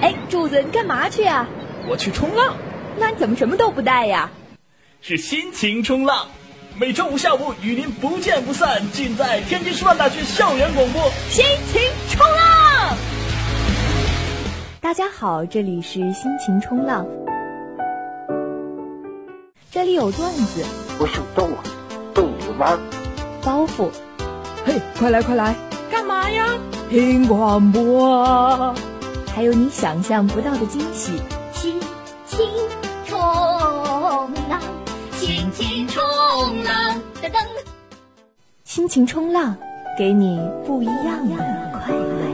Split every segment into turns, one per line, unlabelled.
哎，柱子，你干嘛去啊？
我去冲浪，
那你怎么什么都不带呀？
是心情冲浪。每周五下午与您不见不散，尽在天津师范大学校园广播。
心情冲浪。大家好，这里是心情冲浪，这里有段子、
我姓窦啊，窦你妈。
包袱、
嘿，快来快来，干嘛呀？听广播。
啊还有你想象不到的惊喜。
心情冲浪，心情冲浪，噔噔。
心情冲浪，给你不一样的快乐。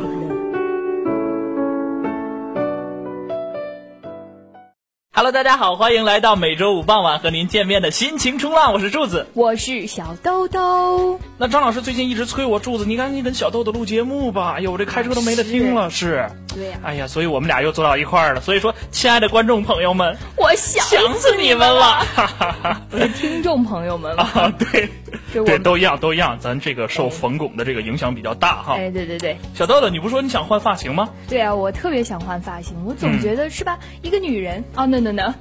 Hello，大家好，欢迎来到每周五傍晚和您见面的心情冲浪，我是柱子。
我是小豆豆，
那张老师最近一直催我，柱子，你赶紧跟小豆豆录节目吧。哎呦，我这开车都没得听了，是。
对呀
哎呀，所以我们俩又坐到一块儿了。所以说，亲爱的观众朋友们，
我想
想死你们了！哈哈 哈
我的哎听众朋友们了，
啊，对，
给我
对，
们。
都一样，都一样。咱这个受冯巩的这个影响比较大哈。
哎，对对对，
小豆豆，你不是说你想换发型吗？
对啊，我特别想换发型，我总觉得是吧，一个女 人，哦，no no no，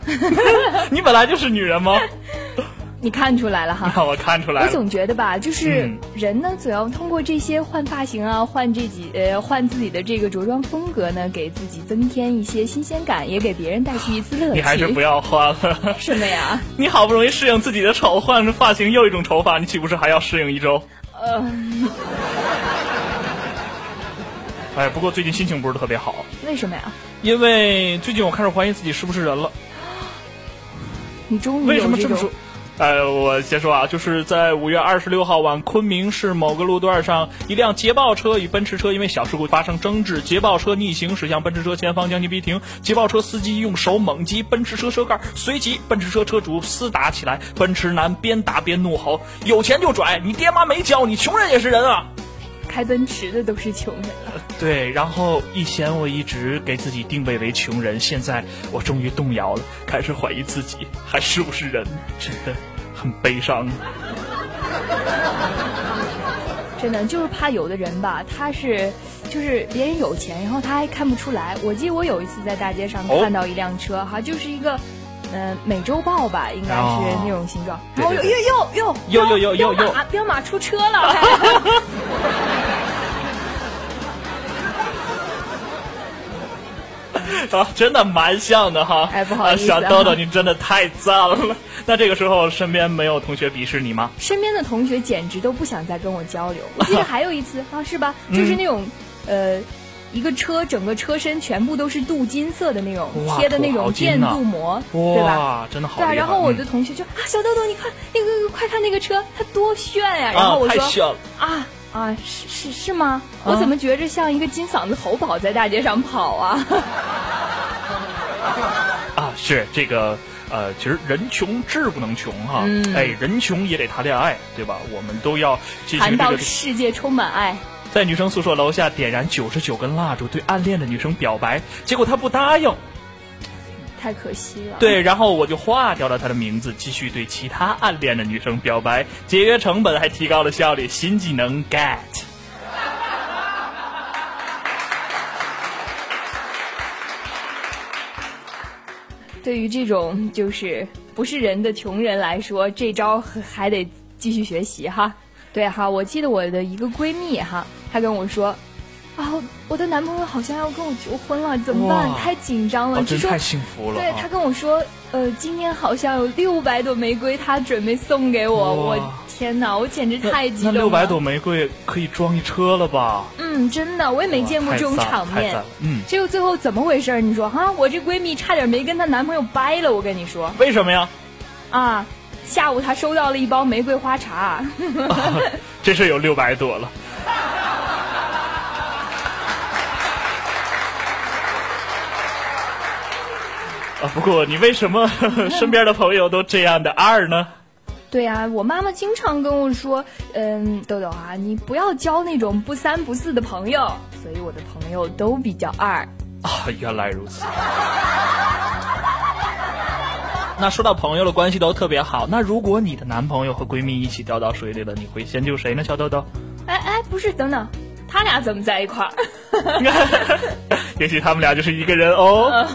你本来就是女人 吗？啊
你看出来了哈，
让我看出来
我
了。
总觉得吧，就是
嗯
人呢，总要通过这些换发型啊，换这几呃，换自己的这个着装风格呢，给自己增添一些新鲜感，也给别人带去一丝乐趣。
你还是不要换了。
什么呀？
你好不容易适应自己的丑，换成发型又一种丑法，你岂不是还要适应一周？
呃，
哎，不过最近心情不是特别好，
为什么呀？
因为最近我开始怀疑自己是不是人了。
你终于
为什么
有
这么
种
说？呃，我先说啊，就是在五月二十六号晚，昆明市某个路段上，一辆捷豹车与奔驰车因为小事故发生争执，捷豹车逆行驶向奔驰车前方，将其逼停。捷豹车司机用手猛击奔驰车车盖，随即奔驰车车主厮打起来，奔驰男边打边怒吼：“有钱就拽，你爹妈没教你，穷人也是人啊！”
开奔驰的都是穷人了？
对，然后以前我一直给自己定位为穷人，现在我终于动摇了，开始怀疑自己还是不是人，真的很悲伤。
真的就是怕有的人吧，他是就是别人有钱，然后他还看不出来。我记得我有一次在大街上
哦
看到一辆车，哈、就是一个。嗯，美洲豹吧，应该是
哦
那种形状。
对
然后又
对
又又
又
又
又又
彪
又
马彪马出车了， 还
啊，真的蛮像的哈。
哎不好意思
啊
啊
小豆豆，你真的太赞了。那这个时候身边没有同学鄙视你吗？
身边的同学简直都不想再跟我交流。我记 得还有一次啊，是吧？就是那种，呃，一个车整个车身全部都是镀金色的那种
哇啊
贴的那
土豪
种
金
电
呐
镀膜，对吧？
哇，真的好厉
对啊，
害。
然后我的
嗯
同学就、啊，小豆豆，你看那个，快看那个车，它多炫呀、然
啊
后我，
太
说
炫了。
啊啊，是是是吗？我怎么觉着像一个金嗓子猴宝在大街上跑 啊？
啊，是这个。呃，其实人穷志不能穷哈，
嗯
哎，人穷也得谈恋爱，对吧？我们都要进
谈
行这
到
个
世界充满爱，
在女生宿舍楼下点燃九十九根蜡烛，对暗恋的女生表白，结果她不答应，
太可惜了。
对，然后我就划掉了她的名字，继续对其他暗恋的女生表白，节约成本还提高了效率，新技能 get。
对于这种就是不是人的穷人来说，这招还得继续学习哈。对哈，我记得我的一个闺蜜哈，她跟我说，啊，我的男朋友好像要跟我求婚了，怎么办？
哇
太紧张了，
哦，
据
真
说
太幸福了
对
啊
她！跟我说，呃，今天好像有六百朵玫瑰，她准备送给我。
哇
我天哪，我简直
那
太激
那
动了。
六百朵，玫瑰可以装一车了吧？
嗯，真的，我也没见过
哇
这种
太赞
场
了太
面
赞了。嗯
结果最后怎么回事儿？你说哈，我这闺蜜差点没跟她男朋友掰了。我跟你说，
为什么呀？
啊，下午他收到了一包玫瑰花茶，
真是有六百朵了。啊，不过你为什么身边的朋友都这样的二呢？
对啊，我妈妈经常跟我说，嗯，豆豆啊，你不要交那种不三不四的朋友，所以我的朋友都比较二。
啊，原来如此。那说到朋友的关系都特别好，那如果你的男朋友和闺蜜一起掉到水里了，你会先救谁呢？小豆豆，
哎哎，不是，等等，他俩怎么在一块儿？
也许他们俩就是一个人哦。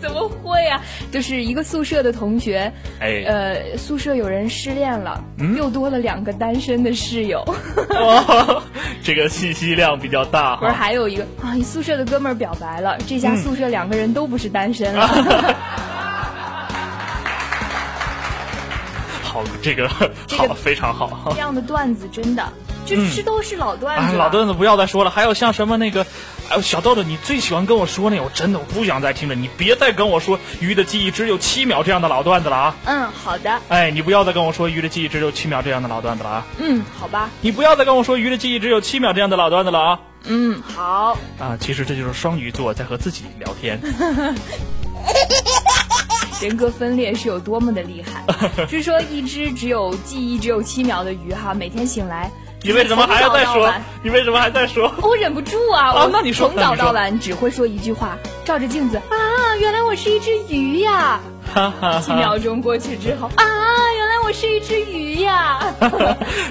怎么会呀、就是一个宿舍的同学，
哎
呃，宿舍有人失恋了，
嗯
又多了两个单身的室友。
哦， 这个信息量比较大
不是
哈。
还有一个啊，一宿舍的哥们儿表白了，这
嗯
家宿舍两个人都不是单身了。
哦好，这个
这
好，
个
非常好
这。样的段子真的，这这都是老段
嗯啊，
子了。
老段子不要再说了。还有像什么那个，哎呦，小豆豆，你最喜欢跟我说那个，我真的我不想再听了。你别再跟我说鱼的记忆只有七秒这样的老段子了啊！
嗯，好的，
哎，你不要再跟我说鱼的记忆只有七秒这样的老段子了啊！
嗯，好吧，
你不要再跟我说鱼的记忆只有七秒这样的老段子了啊！
嗯，好。
啊，其实这就是双鱼座在和自己聊天。
人格分裂是有多么的厉 害？是说一只只有记忆只有七秒的鱼哈，每天醒来，
你为什么还要再
从早到
说
晚？
你为什么还在说？
我忍不住啊！
啊
我
那你说
从
那
早
你说
到晚只会说一句话，照着镜子啊，原来我是一只鱼呀！
哈哈
几
哈！
秒钟过去之后啊，原来我是一只鱼 呀！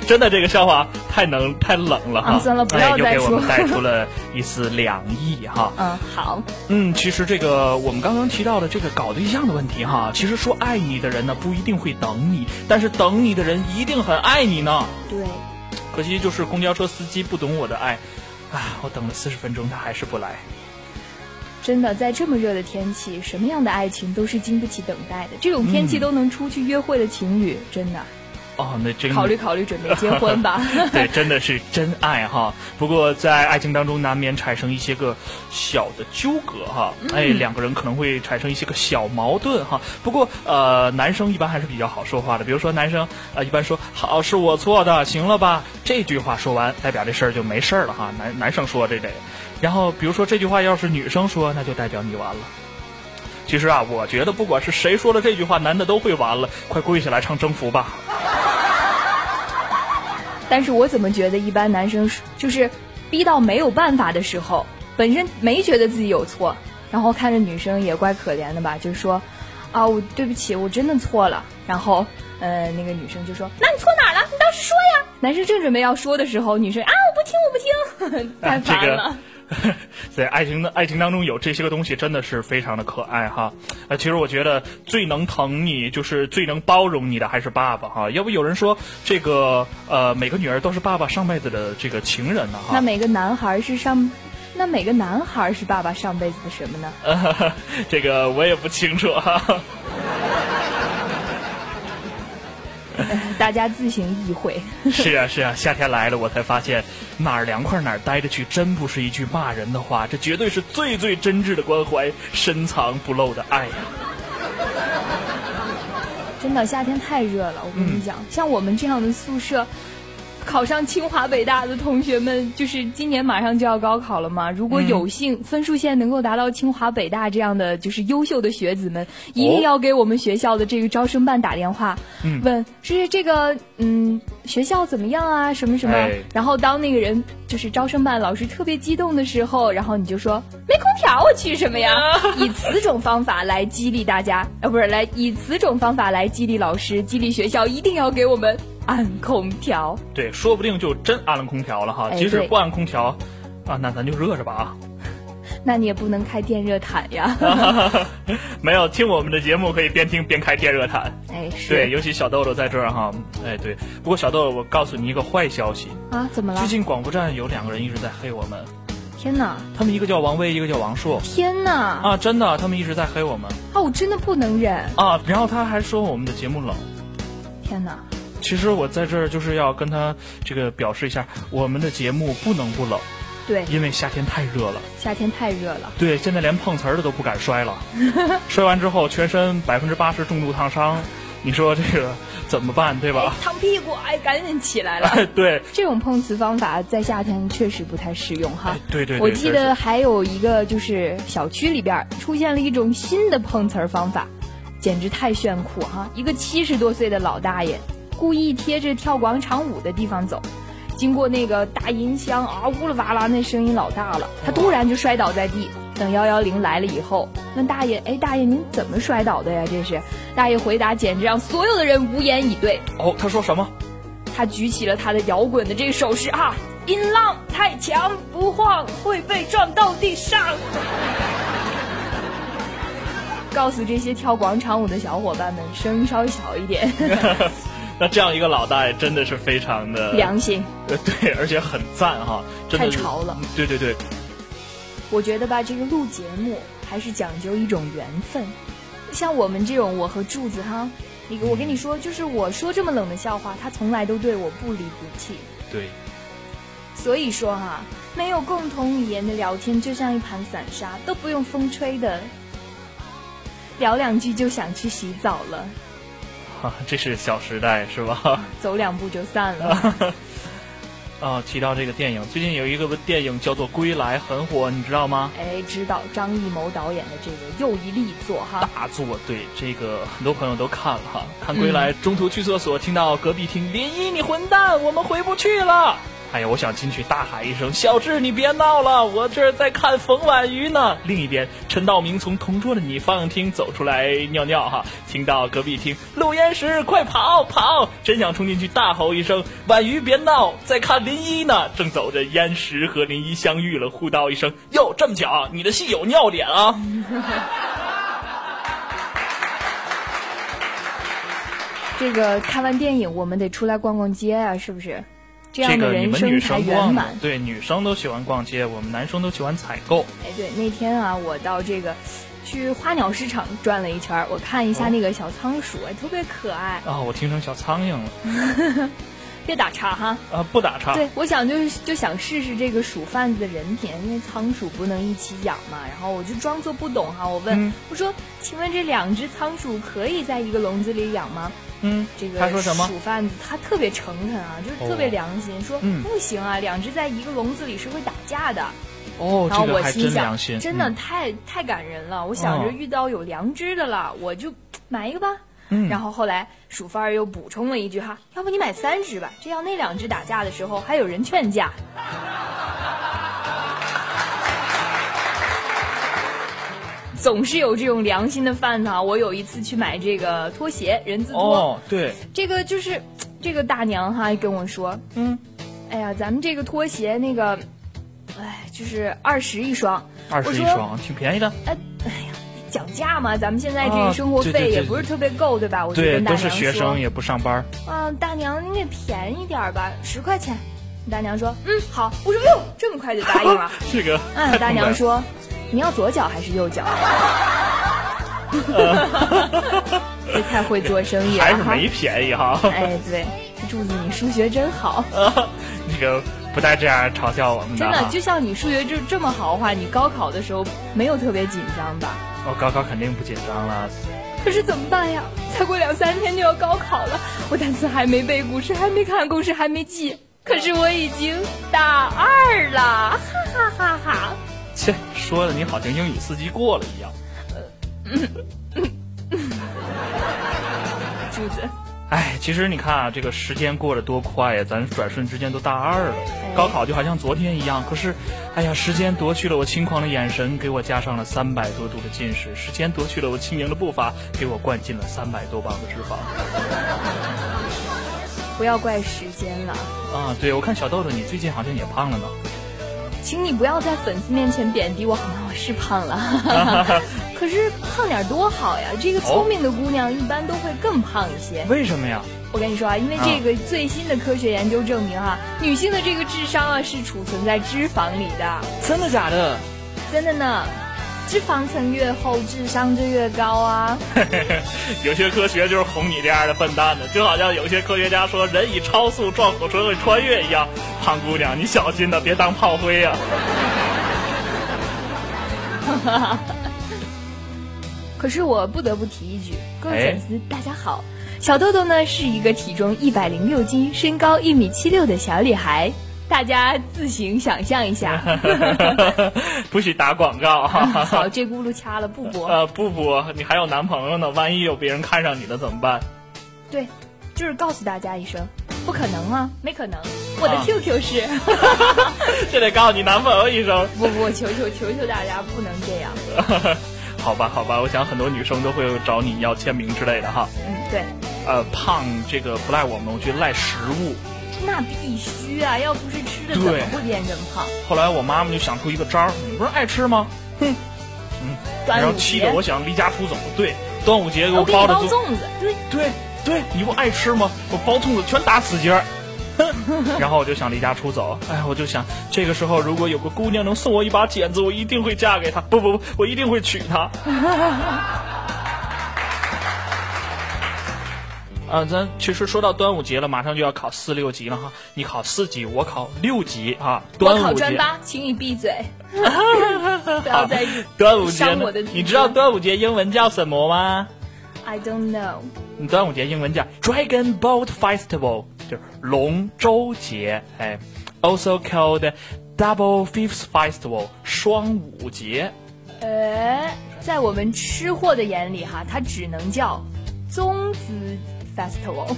真的，这个笑话太能太冷了哈！
啊算了不要
哎又
再
给我们
说
带出了一丝凉意哈。
嗯，好，
嗯，其实这个我们刚刚提到的这个搞对象的问题哈，其实说爱你的人呢不一定会等你，但是等你的人一定很爱你呢。
对，
可惜就是公交车司机不懂我的爱，啊，我等了四十分钟他还是不来。
真的在这么热的天气，什么样的爱情都是经不起等待的。这种天
嗯
气都能出去约会的情侣，真的
哦，那真
考虑考虑，准备结婚 吧。
对，真的是真爱哈。不过在爱情当中，难免产生一些个小的纠葛哈。哎，两个人可能会产生一些个小矛盾哈。不过呃，男生一般还是比较好说话的，比如说男生呃一般说“好，是我错的，行了吧”这句话说完，代表这事儿就没事儿了哈。男男生说这得，然后比如说这句话要是女生说，那就代表你完了。其实啊，我觉得不管是谁说了这句话，男的都会完了。快跪下来唱征服吧！
但是我怎么觉得一般男生是就是逼到没有办法的时候，本身没觉得自己有错，然后看着女生也怪可怜的吧，就说啊，我对不起，我真的错了。然后呃，那个女生就说，那你错哪儿了？你倒是说呀。男生正准备要说的时候，女生啊，我不听，我不听， 太
啊
烦了。
这个 在爱情的爱情当中有这些个东西，真的是非常的可爱哈。呃，其实我觉得最能疼你，就是最能包容你的还是爸爸哈。要不有人说这个呃，每个女儿都是爸爸上辈子的这个情人呢哈。
那每个男孩是上，那每个男孩是爸爸上辈子的什么呢？
呃， 这个我也不清楚哈。
大家自行意会。
是啊是啊，夏天来了，我才发现哪儿凉快哪儿待着去，真不是一句骂人的话，这绝对是最最真挚的关怀，深藏不露的爱呀、
真的，夏天太热了，我跟你讲，像我们这样的宿舍。考上清华北大的同学们，就是今年马上就要高考了嘛。如果有幸、分数线能够达到清华北大这样的就是优秀的学子们，一定要给我们学校的这个招生办打电话， 问是这个嗯学校怎么样啊，什么什么。
哎
然后当那个人就是招生办老师特别激动的时候，然后你就说没空调，我去什么 呀？以此种方法来激励大家，呃，不是来以此种方法来激励老师，激励学校一定要给我们按空调。
对，说不定就真安了空调了哈。
哎
即使
对
不安空调，啊，那咱就热着吧啊。
那你也不能开电热毯呀。
啊 没有听我们的节目，可以边听边开电热毯。
哎，是
对，尤其小豆豆在这儿哈，哎对。不过小豆，豆，我告诉你一个坏消息，
啊，怎么了
最？近广播站有两个人一直在黑我们，
天哪，
他们一个叫王威，一个叫王硕。
天哪！啊，
啊，真的，他们一直在黑我们
我真的不能忍。
啊！然后他还说我们的节目冷，
天哪，
其实我在这儿就是要跟他这个表示一下，我们的节目不能不冷，
对，
因为夏天太热了。
夏天太热了。
对，现在连碰瓷儿的都不敢摔了，摔完之后全身百分之八十重度烫伤，你说这个怎么办，对吧？
烫屁股，哎，赶紧起来了。
对，
这种碰瓷方法在夏天确实不太适用哈
哎。对对对
我记
对对
得还有一个就是小区里边儿出现了一种新的碰瓷儿方法，简直太炫酷哈！一个七十多岁的老大爷，故意贴着跳广场舞的地方走。经过那个大音箱啊，呜啦哇啦，那声音老大了。他突然就摔倒在地。等幺幺零来了以后，问大爷：“哎，大爷您怎么摔倒的呀？”这是大爷回答，简直让所有的人无言以对。
哦，他说什么？
他举起了他的摇滚的这个手势啊，音浪太强不晃会被撞到地上。告诉这些跳广场舞的小伙伴们，声音稍微小一点。
那这样一个老大爷真的是非常的
良心，
呃，对，而且很赞哈，真的
太潮了。
对对对，
我觉得吧，这个录节目还是讲究一种缘分。像我们这种，我和柱子哈，你我跟你说，就是我说这么冷的笑话，他从来都对我不离不弃。
对，
所以说哈、啊，没有共同语言的聊天，就像一盘散沙，都不用风吹的。聊两句就想去洗澡了，
啊，这是《小时代》是吧？
走两步就散了。
啊，提到这个电影，最近有一个电影叫做《归来》，很火，你知道吗？
哎，知道，张艺谋导演的这个又一力作哈，
大作，对，这个很多朋友都看了哈。看《归来》，中途去厕所，听到隔壁听“林一，你混蛋，我们回不去了”。哎呀，我想进去大喊一声：“小智，你别闹了，我这在看冯婉瑜呢。”另一边，陈道明从同桌的你放映厅走出来尿尿哈，听到隔壁厅陆焉识，快跑跑！真想冲进去大吼一声：“婉瑜别闹，在看林一呢。”正走着，焉识和林一相遇了，互道一声：“哟，这么巧，你的戏友尿脸啊！”
这个看完电影，我们得出来逛逛街啊，是不是？
这
样
的
人
生
才圆满。
对，女生都喜欢逛街，我们男生都喜欢采购。
哎，对，那天啊，我到这个去花鸟市场转了一圈，我看
哦
一下那个小仓鼠，哎、哦，特别可爱。
啊、哦，我听成小苍蝇了。
别打岔哈。
啊，不打岔。
对，我想就是就想试试这个鼠贩子的人品，因为仓鼠不能一起养嘛。然后我就装作不懂哈，我问、嗯、我说：“请问这两只仓鼠可以在一个笼子里养吗？”
嗯，
这个
他说什么？
鼠贩子他特别诚恳啊，就是特别良心，哦、说不行啊，
嗯、
两只在一个笼子里是会打架的。
哦，
然后我
心
想，
哦这个、
真的太、嗯、太感人了。我想着遇到有良知的了，哦、我就买一个吧。
嗯、
然后后来鼠贩儿又补充了一句哈，要不你买三只吧，这样那两只打架的时候还有人劝架。总是有这种良心的贩子啊！我有一次去买这个拖鞋，人字拖。
哦，对，
这个就是这个大娘哈跟我说，
嗯，
哎呀，咱们这个拖鞋那个，哎，就是二十一双，
二十一双挺便宜的。
哎，哎呀，讲价嘛，咱们现在这
哦
个生活费也不是特别够，对吧？我就跟大
娘说，对，都是学生也不上班。
啊、呃，大娘，你给便宜点吧，十块钱。大娘说，嗯，好。我说，哟，这么快就答应了？
这个，
嗯，大娘说。你要左脚还是右脚？啊这太会做生意了，啊
还是没便宜哈。
哎，对，柱子，你数学真好。
这个不带这样嘲笑我们
的。真的，
就
像你数学这这么好的话，你高考的时候没有特别紧张吧？
我、哦、高考肯定不紧张了。
可是怎么办呀？再过两三天就要高考了，我单词还没背，古诗还没看，公式还没记。可是我已经大二了，哈哈哈哈。
切，说的你好像英语四级过了一样。
嗯嗯嗯、柱子，
哎，其实你看啊，这个时间过得多快呀、啊，咱转瞬之间都大二了，哎、高考就好像昨天一样。可是，哎呀，时间夺去了我轻狂的眼神，给我加上了三百多度的近视；时间夺去了我轻盈的步伐，给我灌进了三百多磅的脂肪。
不要怪时间了。
啊，对，我看小豆豆，你最近好像也胖了呢。
请你不要在粉丝面前贬低我好吗？我是胖了，可是胖点多好呀！这个聪明的姑娘一般都会更胖一些。
为什么呀？
我跟你说啊，因为这个最新的科学研究证明啊，女性的这个智商啊是储存在脂肪里的。
真的假的？
真的呢，脂肪层越厚，智商就越高啊。
有些科学就是哄你这样的笨蛋的，就好像有些科学家说人以超速撞火车会穿越一样。胖姑娘，你小心的，别当炮灰呀、
啊！可是我不得不提一句，各位粉丝、哎、大家好，小豆豆呢是一个体重一百零六斤、身高一米七六的小女孩，大家自行想象一下。
不许打广告 啊！
好，这轱辘掐了不播。
呃，不播，你还有男朋友呢，万一有别人看上你了怎么办？
对，就是告诉大家一声。不可能啊，没可能！我
啊
的 QQ 是，
这得告诉你男朋友一声。
不不，求求求求大家，不能这样。
好吧，好吧，我想很多女生都会找你要签名之类的哈。
嗯，对。
呃，胖这个不赖我们，我觉得赖食物。
那必须啊，要不是吃的怎么会变这么胖？
后来我妈妈就想出一个招儿，你不是爱吃吗？哼，嗯，
端
然后
午
气
节哦
得我想离家出走。对，端午节给
我给你
包着
包
粽，
粽子，对，
对对，你不爱吃吗？我包粽子全打死结儿。哼，然后我就想离家出走，哎，我就想这个时候如果有个姑娘能送我一把剪子，我一定会嫁给她。不不不，我一定会娶她。 啊，咱其实说到端午节了，马上就要考四六级了哈。你考四级，我考六级啊。
我
端
考
午节
专八，请你闭 嘴，不要再
端午节
伤
呢
我的自，尊
你知道端午节英文叫什么吗？
I don't know。
你端午节英文叫 Dragon Boat Festival，就是龙舟节，哎，also called Double Fifth Festival，双舞节。
呃，在我们吃货的眼里哈，它只能叫粽子 festival，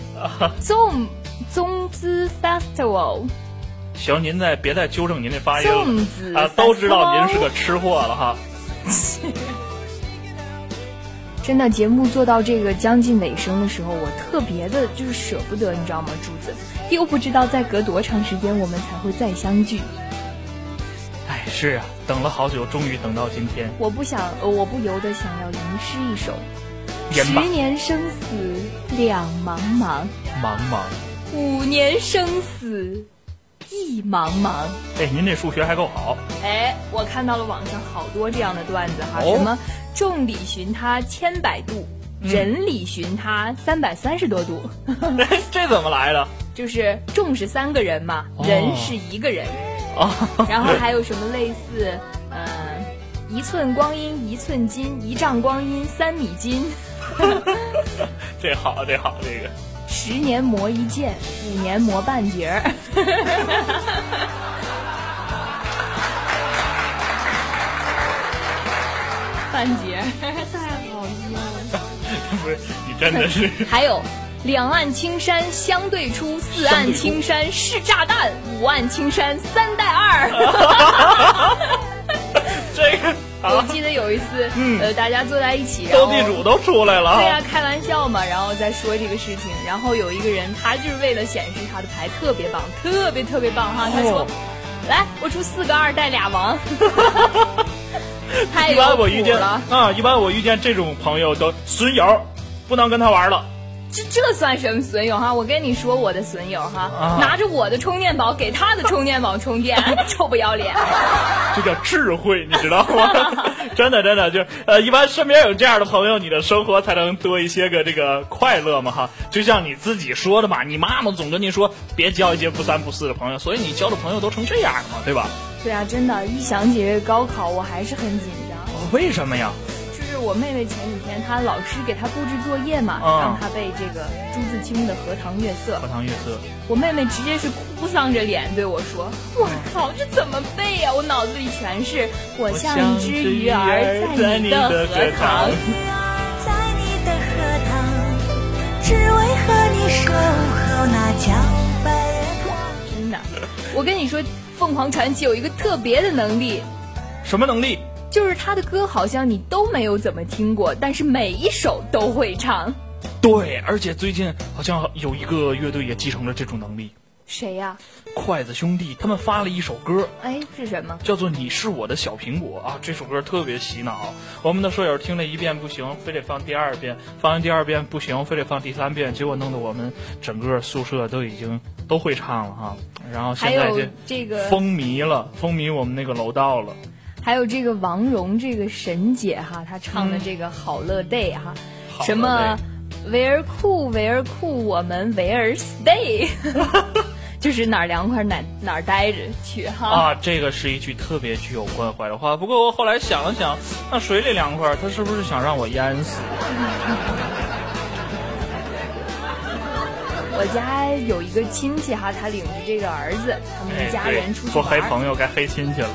粽粽子 festival，
行，您再别再纠正您这发音了
粽子
啊，都知道您是个吃货了哈。
真的，节目做到这个将近尾声的时候，我特别的就是舍不得，你知道吗？柱子，又不知道再隔多长时间我们才会再相聚。
哎，是啊，等了好久，终于等到今天，
我不想，呃我不由得想要吟诗一首：
人吧
十年生死两茫茫，
茫茫。
五年生死亦茫茫。
哎，您这数学还够 好，
哎，我看到了网上好多这样的段子哈，
哦
什么众里寻他千百度，人里寻他三百三十多度，
这怎么来的？
就是众是三个人嘛，
哦
人是一个人，
啊，
然后还有什么类似，呃，一寸光阴一寸金，一丈光阴三米金，
这好，这好，这个。
十年磨一剑，五年磨半截 儿。半截儿，太好了。
不是，你真的是。
还有，两岸青山相对出，四岸青山是炸弹，五岸青山三带
啊
二。
这个
我
啊，
记得有一次，
嗯
呃，大家坐在一起，然
斗
后
地主都出来了
对
啊
呀、。开玩笑嘛，然后再说这个事情，然后有一个人，他就是为了显示他的牌特别棒，特别特别棒哈，他说：“
哦
来，我出四个二带俩 王。”太
一
有
般
谱
我遇见
哎了，
啊，一般我遇见这种朋友都损友，不能跟他玩了。
这这算什么损友哈？我跟你说，我的损友哈，
啊
拿着我的充电宝给他的充电宝充 电，臭不要脸！
这叫智慧，你知道吗？真的，真的，就是呃，一般身边有这样的朋友，你的生活才能多一些个这个快乐嘛哈。就像你自己说的嘛，你妈妈总跟你说别交一些不三不四的朋友，所以你交的朋友都成这样了嘛，对吧？
对啊，真的，一想起这个高考，我还是很紧张。
为什么呀？
就是我妹妹前几天，她老师给她布置作业嘛，
嗯
让她背这个朱自清的《荷塘月色》
荷。塘月色，
我妹妹直接是哭丧着脸对我说：“我靠，这怎么背呀、我脑子里全是‘我像一只鱼儿在你的荷塘’。
在你的荷塘，只为和你守候那皎白光。”
真的，我跟你说，凤凰传奇有一个特别的能力，
什么能力？
就是他的歌好像你都没有怎么听过，但是每一首都会唱。
对，而且最近好像有一个乐队也继承了这种能力，
谁呀、
筷子兄弟他们发了一首歌，
哎，是什么？
叫做《你是我的小苹果》啊，这首歌特别洗脑。我们的舍友听了一遍不行，非得放第二遍，放完第二遍不行，非得放第三遍，结果弄得我们整个宿舍都已经都会唱了哈、啊然后现在
还有
这
这个
风靡了，风靡我们那个楼道了。
还有这个王蓉这个神姐哈，她唱的这个《好乐 day》哈，
好乐 day
什么维尔库维尔库，我们维尔 stay，就是哪儿凉快哪哪儿待着去哈。
啊，这个是一句特别具有关怀的话。不过我后来想了想，那水里凉快，他是不是想让我淹死？
我家有一个亲戚哈，他领着这个儿子，他们
哎
一家
对
人出去
说黑
玩
朋
儿，
友该黑亲戚了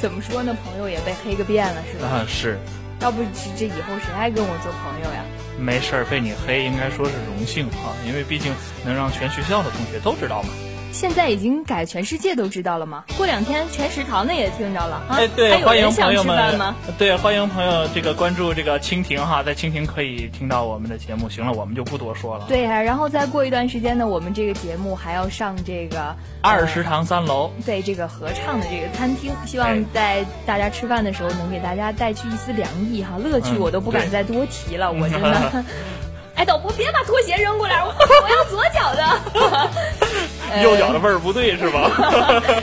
怎么说呢？朋友也被黑个遍了是吧？
啊，是。
要不这这以后谁还跟我做朋友呀？
没啊事儿，被你黑应该说是荣幸哈、因为毕竟能让全学校的同学都知道嘛。
现在已经改全世界都知道了吗？过两天全食堂的也听着了啊！
哎，对，
还
欢
有
迎
人想
朋友
吃饭
们
吗？，
对，欢迎朋友这个关注这个蜻蜓哈，在蜻蜓可以听到我们的节目。行了，我们就不多说了。
对呀、然后再过一段时间呢，我们这个节目还要上这个呃
二食堂三楼，
对这个合唱的这个餐厅，希
哎
望在大家吃饭的时候能给大家带去一丝凉意哈，乐趣
嗯
我都不敢
对
再多提了， 我真的。 哎，导播别把拖鞋扔过来，我我要左脚的。 呃
右脚的味儿不对是 吧？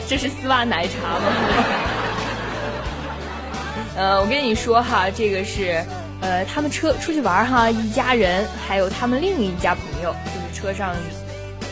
这是丝袜奶茶吗？ 呃，我跟你说哈，这个是，呃，他们车出去玩儿哈，一家人，还有他们另一家朋友，就是车上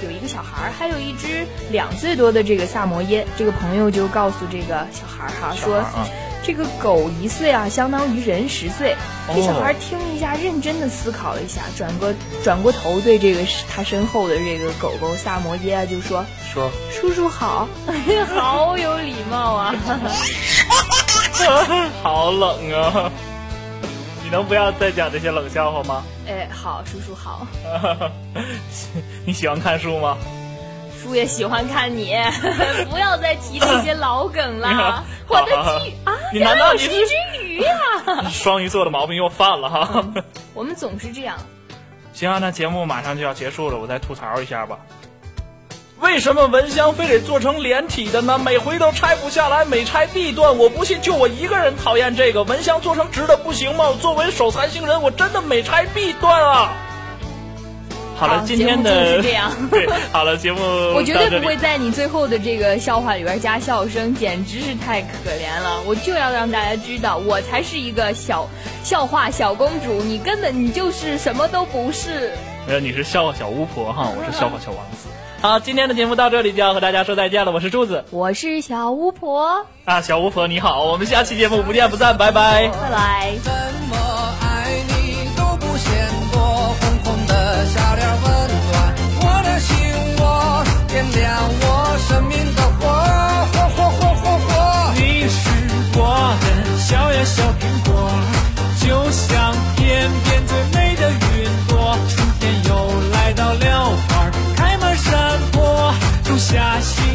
有一个小孩儿，还有一只两岁多的这个萨摩耶。这个朋友就告诉这个小孩儿哈，
孩
说、
儿啊
这个狗一岁啊，相当于人十岁。
哦
这小孩儿听一下，认真的思考了一下，转过转过头对这个他身后的这个狗狗萨摩耶啊，就说。
说
叔叔好， 好有礼貌啊！
好冷啊！ 你能不要再讲这些冷笑话吗？
哎，好，叔叔好，
你喜欢看 书吗？。
叔也喜欢看 你，不要再提这些老梗了我的剧啊，
你
原
难道
来我
你
是
是
一只鱼呀、
双鱼座的毛病又犯了哈。
我们总是这样，
行啊，那节目马上就要结束了，我再吐槽一下吧。为什么蚊香非得做成连体的呢？每回都拆不下来，每拆必断。我不信，就我一个人讨厌这个蚊香做成直的不行吗？我作为手残星人，我真的每拆必断啊！好了，
好
今天的
节目就是这样
对，好了，节目
我绝
到这
对
里
不会在你最后的这个笑话里边加笑声，简直是太可怜了！我就要让大家知道，我才是一个小笑话小公主，你根本你就是什么都不是。
呃，你是笑话小巫婆哈，我是笑话小王子。好，今天的节目到这里就要和大家说再见了。我是柱子
我是小巫婆，
啊，小巫婆你好，我们下期节目不见不散，拜拜。
拜拜。
怎么爱你都不嫌多，红红的小脸温暖我的心窝，点亮我生命的火，火火火火火。
你是我的小呀小苹果，就像天边最美的云朵。春天又来到了花儿开满山坡，种下希